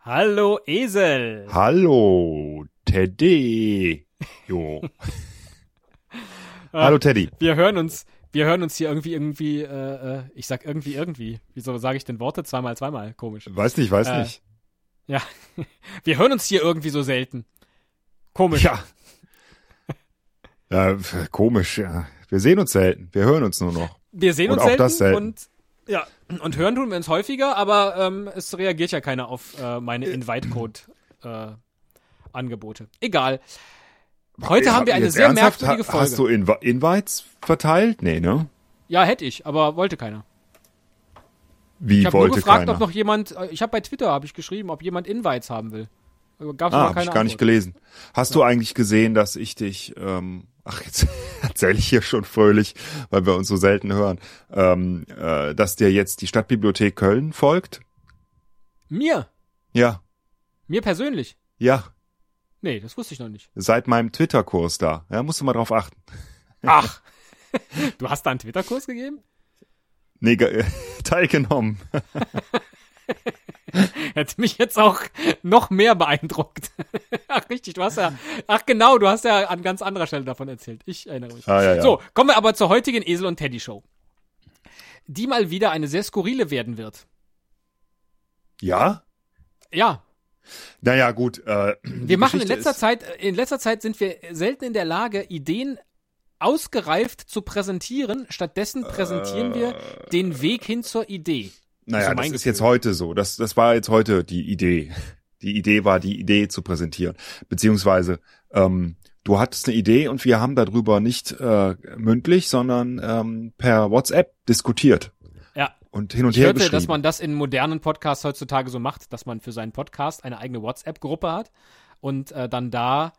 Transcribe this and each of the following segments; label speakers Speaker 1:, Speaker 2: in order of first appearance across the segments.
Speaker 1: Hallo Esel.
Speaker 2: Hallo, Teddy. Jo. Hallo Teddy.
Speaker 1: Wir hören uns, wir hören uns hier irgendwie irgendwie. Äh, äh, ich sag irgendwie irgendwie. Wieso sage ich denn Worte zweimal zweimal? Komisch.
Speaker 2: Weiß nicht, weiß
Speaker 1: Äh,
Speaker 2: nicht.
Speaker 1: Ja, wir hören uns hier irgendwie so selten. Komisch.
Speaker 2: Ja. äh, pf, komisch, ja. Wir sehen uns selten. Wir hören uns nur noch.
Speaker 1: Wir sehen
Speaker 2: Und
Speaker 1: uns
Speaker 2: auch
Speaker 1: selten,
Speaker 2: das selten.
Speaker 1: und ja und hören tun wir uns häufiger, aber ähm, es reagiert ja keiner auf äh, meine Invite-Code äh, Angebote. Egal. Heute haben wir eine
Speaker 2: Jetzt
Speaker 1: sehr
Speaker 2: ernsthaft?
Speaker 1: merkwürdige
Speaker 2: Ha-
Speaker 1: Folge.
Speaker 2: Hast du Invi- Invites verteilt? Nee, ne?
Speaker 1: Ja, hätte ich, aber wollte keiner.
Speaker 2: Wie
Speaker 1: Ich habe nur
Speaker 2: wollte
Speaker 1: gefragt,
Speaker 2: keiner?
Speaker 1: ob noch jemand, äh, ich habe bei Twitter habe ich geschrieben, ob jemand Invites haben will. Äh, Gab es aber
Speaker 2: ah, habe
Speaker 1: keine
Speaker 2: ich gar nicht
Speaker 1: Antwort.
Speaker 2: gelesen. Hast du eigentlich gesehen, dass ich dich, ähm, ach, jetzt erzähle ich hier schon fröhlich, weil wir uns so selten hören, ähm, äh, dass dir jetzt die Stadtbibliothek Köln folgt?
Speaker 1: Mir,
Speaker 2: Ja,
Speaker 1: mir persönlich.
Speaker 2: ja,
Speaker 1: Nee, das wusste ich noch nicht.
Speaker 2: seit meinem Twitter-Kurs da. Ja, musst du mal drauf achten.
Speaker 1: Ach. Du hast da einen Twitter-Kurs gegeben?
Speaker 2: Nee, ge- teilgenommen.
Speaker 1: Hätte mich jetzt auch noch mehr beeindruckt. Ach, richtig, du hast ja. Ach, genau, du hast ja an ganz anderer Stelle davon erzählt. Ich erinnere mich.
Speaker 2: Ah, ja, ja.
Speaker 1: So, kommen wir aber zur heutigen Esel- und Teddy-Show. Die mal wieder eine sehr skurrile werden wird.
Speaker 2: Ja?
Speaker 1: Ja,
Speaker 2: Naja, gut. Äh,
Speaker 1: Wir machen in letzter Zeit, in letzter Zeit sind wir selten in der Lage, Ideen ausgereift zu präsentieren. Stattdessen präsentieren wir den Weg hin zur Idee.
Speaker 2: Naja,
Speaker 1: so
Speaker 2: das
Speaker 1: mein
Speaker 2: ist
Speaker 1: Gefühl.
Speaker 2: jetzt heute so. Das, das war jetzt heute die Idee. Die Idee war, die Idee zu präsentieren. Beziehungsweise, ähm, du hattest eine Idee und wir haben darüber nicht äh, mündlich, sondern ähm, per WhatsApp diskutiert
Speaker 1: Ja,
Speaker 2: und hin und
Speaker 1: ich
Speaker 2: her
Speaker 1: hörte,
Speaker 2: geschrieben.
Speaker 1: dass man das in modernen Podcasts heutzutage so macht, dass man für seinen Podcast eine eigene WhatsApp-Gruppe hat und äh, dann da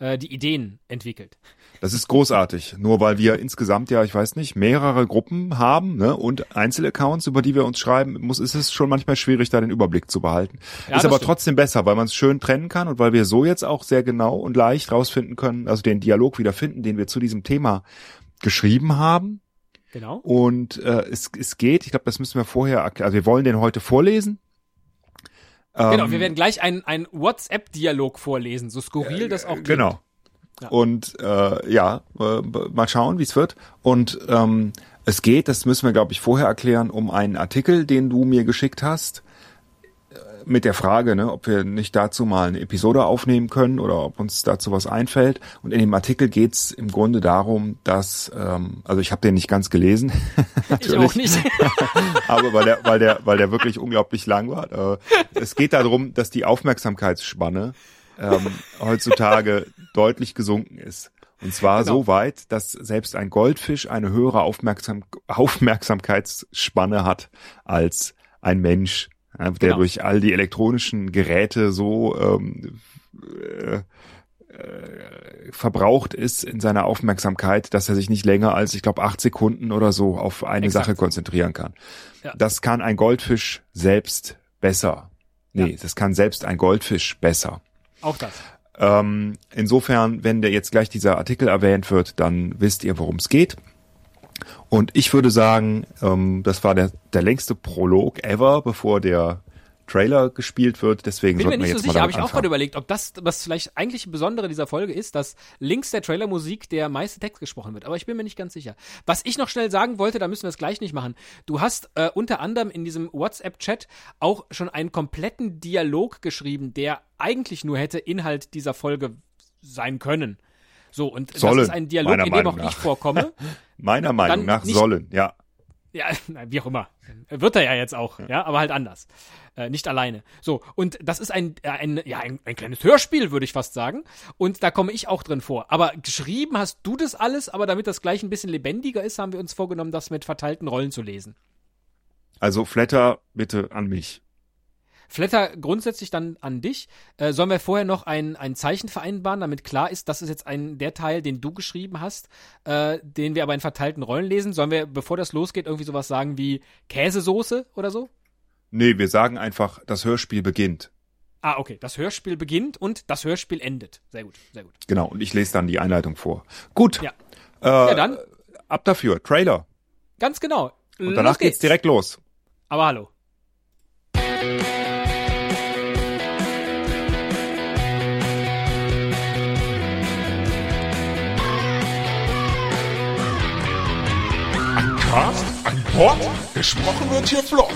Speaker 1: äh, die Ideen entwickelt.
Speaker 2: das ist großartig. Nur weil wir insgesamt ja, ich weiß nicht, mehrere Gruppen haben ne, und Einzelaccounts, über die wir uns schreiben, muss, ist es schon manchmal schwierig, da den Überblick zu behalten.
Speaker 1: Ja,
Speaker 2: ist
Speaker 1: das
Speaker 2: aber
Speaker 1: stimmt.
Speaker 2: trotzdem besser, weil man es schön trennen kann und weil wir so jetzt auch sehr genau und leicht rausfinden können, also den Dialog wieder finden, den wir zu diesem Thema geschrieben haben.
Speaker 1: Genau.
Speaker 2: Und äh, es, es geht, ich glaube, das müssen wir vorher, erklären. also wir wollen den heute vorlesen.
Speaker 1: genau, wir werden gleich einen einen WhatsApp-Dialog vorlesen, so skurril das auch klingt.
Speaker 2: Genau.
Speaker 1: Ja.
Speaker 2: Und äh, ja, äh, b- mal schauen, wie es wird. Und ähm, es geht, das müssen wir, glaube ich, vorher erklären, um einen Artikel, den du mir geschickt hast, äh, mit der Frage, ne, ob wir nicht dazu mal eine Episode aufnehmen können oder ob uns dazu was einfällt. Und in dem Artikel geht's im Grunde darum, dass, ähm, also ich habe den nicht ganz gelesen,
Speaker 1: Ich auch nicht.
Speaker 2: aber weil der, weil der, weil der wirklich unglaublich lang war. Äh, es geht darum, dass die Aufmerksamkeitsspanne ähm, heutzutage deutlich gesunken ist. Und zwar
Speaker 1: Genau.
Speaker 2: so weit, dass selbst ein Goldfisch eine höhere Aufmerksam Aufmerksamkeitsspanne hat als ein Mensch, ja, der
Speaker 1: Genau.
Speaker 2: durch all die elektronischen Geräte so ähm, verbraucht ist in seiner Aufmerksamkeit, dass er sich nicht länger als, ich glaube, acht Sekunden oder so auf eine
Speaker 1: Exakt.
Speaker 2: Sache konzentrieren kann.
Speaker 1: Ja.
Speaker 2: Das kann ein Goldfisch selbst besser. Nee, das kann selbst ein Goldfisch besser.
Speaker 1: auch das.
Speaker 2: Ähm, insofern, wenn der jetzt gleich dieser Artikel erwähnt wird, dann wisst ihr, worum es geht. Und ich würde sagen, ähm, das war der, der längste Prolog ever, bevor der Trailer gespielt wird. Deswegen
Speaker 1: Bin mir
Speaker 2: sollten wir
Speaker 1: nicht so
Speaker 2: jetzt
Speaker 1: sicher,
Speaker 2: mal
Speaker 1: habe ich
Speaker 2: damit
Speaker 1: auch gerade
Speaker 2: anfangen.
Speaker 1: überlegt, ob das was vielleicht eigentlich Besondere dieser Folge ist, dass links der Trailermusik der meiste Text gesprochen wird. Aber ich bin mir nicht ganz sicher. Was ich noch schnell sagen wollte, da müssen wir es gleich nicht machen. Du hast äh, unter anderem in diesem WhatsApp-Chat auch schon einen kompletten Dialog geschrieben, der eigentlich nur hätte Inhalt dieser Folge sein können. So, und
Speaker 2: Sollen,
Speaker 1: das ist ein Dialog,
Speaker 2: meiner
Speaker 1: in dem auch
Speaker 2: Meinung
Speaker 1: ich
Speaker 2: nach.
Speaker 1: vorkomme.
Speaker 2: Meiner Meinung
Speaker 1: Dann
Speaker 2: nach
Speaker 1: nicht-
Speaker 2: sollen, ja.
Speaker 1: Ja, na, wie auch immer. Wird er ja jetzt auch, ja, aber halt anders. Äh, nicht alleine. So, und das ist ein, äh, ein, ja, ein, ein kleines Hörspiel, würde ich fast sagen. Und da komme ich auch drin vor. Aber geschrieben hast du das alles, aber damit das gleich ein bisschen lebendiger ist, haben wir uns vorgenommen, das mit verteilten Rollen zu lesen.
Speaker 2: Also Flatter bitte an mich.
Speaker 1: Flatter grundsätzlich dann an dich. Äh, sollen wir vorher noch ein, ein Zeichen vereinbaren, damit klar ist, das ist jetzt ein, der Teil, den du geschrieben hast, äh, den wir aber in verteilten Rollen lesen? Sollen wir, bevor das losgeht, irgendwie sowas sagen wie Käsesoße oder so?
Speaker 2: Nee, wir sagen einfach, das Hörspiel beginnt.
Speaker 1: Ah, okay. Das Hörspiel beginnt und das Hörspiel endet. Sehr gut, sehr gut.
Speaker 2: Genau, und ich lese dann die Einleitung vor. Gut.
Speaker 1: Ja.
Speaker 2: Äh,
Speaker 1: Ja, dann,
Speaker 2: Ab dafür, Trailer.
Speaker 1: ganz genau.
Speaker 2: Und danach
Speaker 1: Los
Speaker 2: geht's direkt los.
Speaker 1: Aber hallo.
Speaker 3: Pott, gesprochen wird hier flott.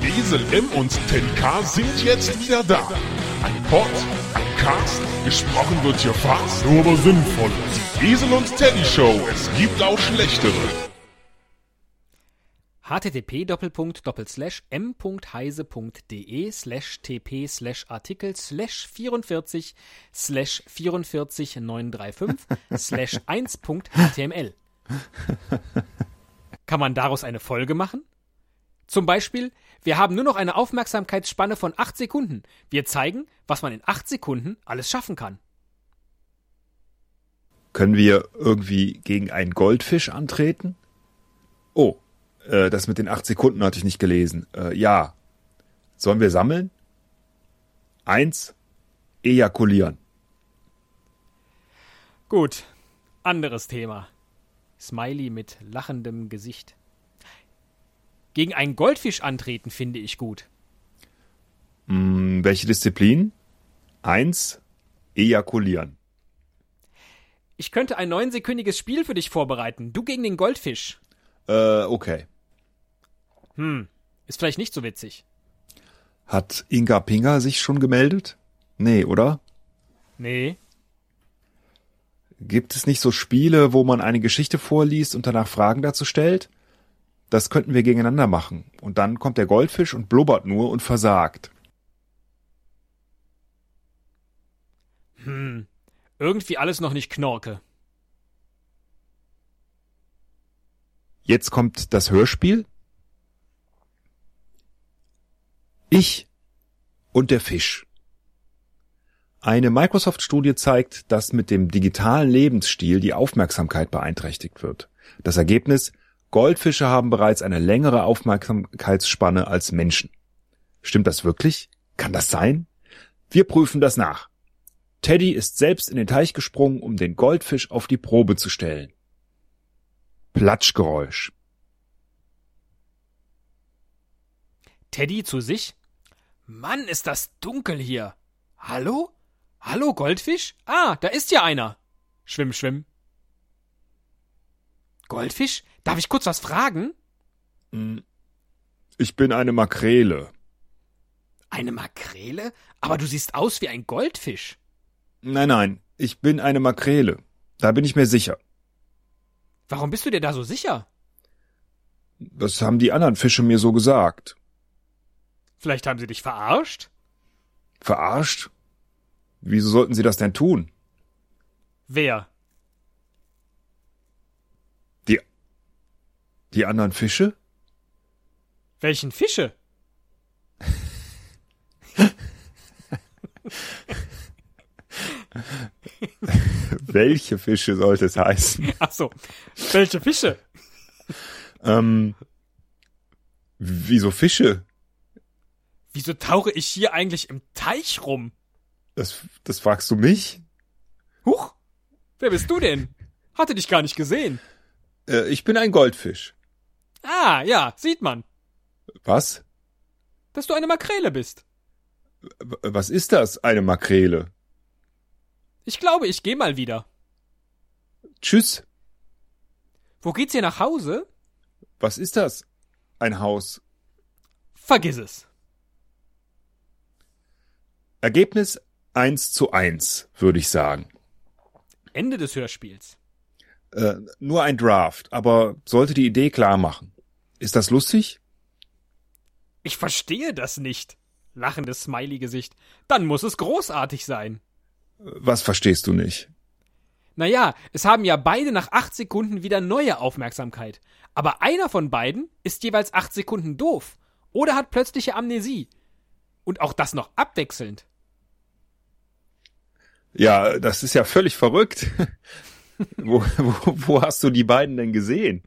Speaker 3: Esel M und Ten K sind jetzt wieder da. Ein Pott, ein Cast, gesprochen wird hier fast, nur aber sinnvoll. Die Esel und Teddy Show, es gibt auch schlechtere.
Speaker 1: http m.heise.de slash tp slash artikel slash 44 slash 44935 slash 1.html. Kann man daraus eine Folge machen? Zum Beispiel, wir haben nur noch eine Aufmerksamkeitsspanne von 8 Sekunden. Wir zeigen, was man in 8 Sekunden alles schaffen kann.
Speaker 2: Können wir irgendwie gegen einen Goldfisch antreten? Oh, äh, das mit den acht Sekunden hatte ich nicht gelesen. Äh, ja. Sollen wir sammeln? Eins. Ejakulieren.
Speaker 1: Gut, anderes Thema. Smiley mit lachendem Gesicht. Gegen einen Goldfisch antreten finde ich gut.
Speaker 2: Hm, welche Disziplin? Eins. Ejakulieren.
Speaker 1: Ich könnte ein neunsekündiges Spiel für dich vorbereiten. Du gegen den Goldfisch.
Speaker 2: Äh, okay.
Speaker 1: Hm, ist vielleicht nicht so witzig.
Speaker 2: Hat Inga Pinga sich schon gemeldet? Nee, oder?
Speaker 1: Nee.
Speaker 2: Gibt es nicht so Spiele, wo man eine Geschichte vorliest und danach Fragen dazu stellt? Das könnten wir gegeneinander machen. Und dann kommt der Goldfisch und blubbert nur und versagt.
Speaker 1: Hm, irgendwie alles noch nicht knorke.
Speaker 2: Jetzt kommt das Hörspiel. Ich und der Fisch. Eine Microsoft-Studie zeigt, dass mit dem digitalen Lebensstil die Aufmerksamkeit beeinträchtigt wird. Das Ergebnis, Goldfische haben bereits eine längere Aufmerksamkeitsspanne als Menschen. Stimmt das wirklich? Kann das sein? Wir prüfen das nach. Teddy ist selbst in den Teich gesprungen, um den Goldfisch auf die Probe zu stellen. Platschgeräusch.
Speaker 1: Teddy zu sich. Mann, ist das dunkel hier. Hallo? Hallo, Goldfisch? Ah, da ist ja einer. Schwimm, schwimm. Goldfisch? Darf ich kurz was fragen?
Speaker 2: Mm. Ich bin eine Makrele.
Speaker 1: Eine Makrele? Aber du siehst aus wie ein Goldfisch.
Speaker 2: Nein, nein, ich bin eine Makrele. Da bin ich mir sicher.
Speaker 1: Warum bist du dir da so sicher?
Speaker 2: Das haben die anderen Fische mir so gesagt.
Speaker 1: Vielleicht haben sie dich verarscht?
Speaker 2: Verarscht? Wieso sollten sie das denn tun?
Speaker 1: Wer?
Speaker 2: Die, die anderen Fische?
Speaker 1: Welchen Fische?
Speaker 2: Welche Fische sollte es heißen?
Speaker 1: Ach so. Welche Fische?
Speaker 2: Ähm, wieso Fische?
Speaker 1: Wieso tauche ich hier eigentlich im Teich rum?
Speaker 2: Das, das fragst du mich?
Speaker 1: Huch! Wer bist du denn? Hatte dich gar nicht gesehen.
Speaker 2: Äh, ich bin ein Goldfisch.
Speaker 1: Ah, ja, sieht man,
Speaker 2: Was?
Speaker 1: dass du eine Makrele bist.
Speaker 2: W- Was ist das, eine Makrele?
Speaker 1: Ich glaube, ich gehe mal wieder.
Speaker 2: Tschüss.
Speaker 1: Wo geht's hier nach Hause?
Speaker 2: Was ist das? Ein Haus.
Speaker 1: Vergiss es.
Speaker 2: Ergebnis eins zu eins, würde ich sagen.
Speaker 1: Ende des Hörspiels.
Speaker 2: Äh, nur ein Draft, aber sollte die Idee klar machen. Ist das lustig?
Speaker 1: Ich verstehe das nicht. Lachendes Smiley-Gesicht. Dann muss es großartig sein.
Speaker 2: Was verstehst du nicht?
Speaker 1: Naja, es haben ja beide nach acht Sekunden wieder neue Aufmerksamkeit. Aber einer von beiden ist jeweils acht Sekunden doof. Oder hat plötzliche Amnesie. Und auch das noch abwechselnd.
Speaker 2: Ja, das ist ja völlig verrückt. wo, wo, wo hast du die beiden denn gesehen?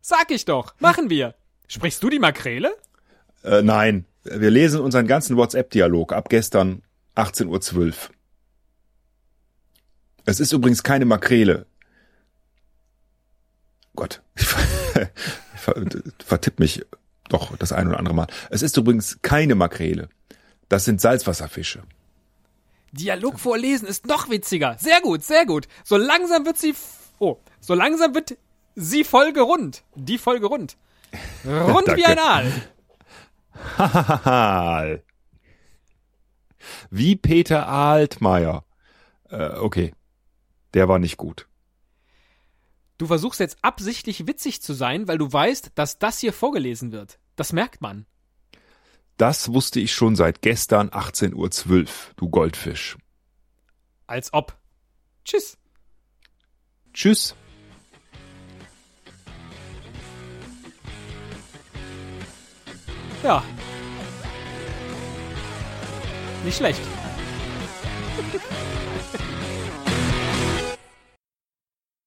Speaker 1: Sag ich doch, machen wir. Sprichst du die Makrele?
Speaker 2: Äh, nein, wir lesen unseren ganzen WhatsApp-Dialog ab gestern 18.12 Uhr. Es ist übrigens keine Makrele. Gott, ich, ver ich ver vertipp mich doch das ein oder andere Mal. Es ist übrigens keine Makrele. Das sind Salzwasserfische.
Speaker 1: Dialog vorlesen ist noch witziger. Sehr gut, sehr gut. So langsam wird sie. f- Oh, so langsam wird sie Folge rund. Die Folge rund. Rund wie ein Aal.
Speaker 2: Aal. Wie Peter Altmaier. Äh, okay. Der war nicht gut.
Speaker 1: Du versuchst jetzt absichtlich witzig zu sein, weil du weißt, dass das hier vorgelesen wird. Das merkt man.
Speaker 2: Das wusste ich schon seit gestern 18.12 Uhr, du Goldfisch.
Speaker 1: Als ob. Tschüss.
Speaker 2: Tschüss.
Speaker 1: Ja. Nicht schlecht.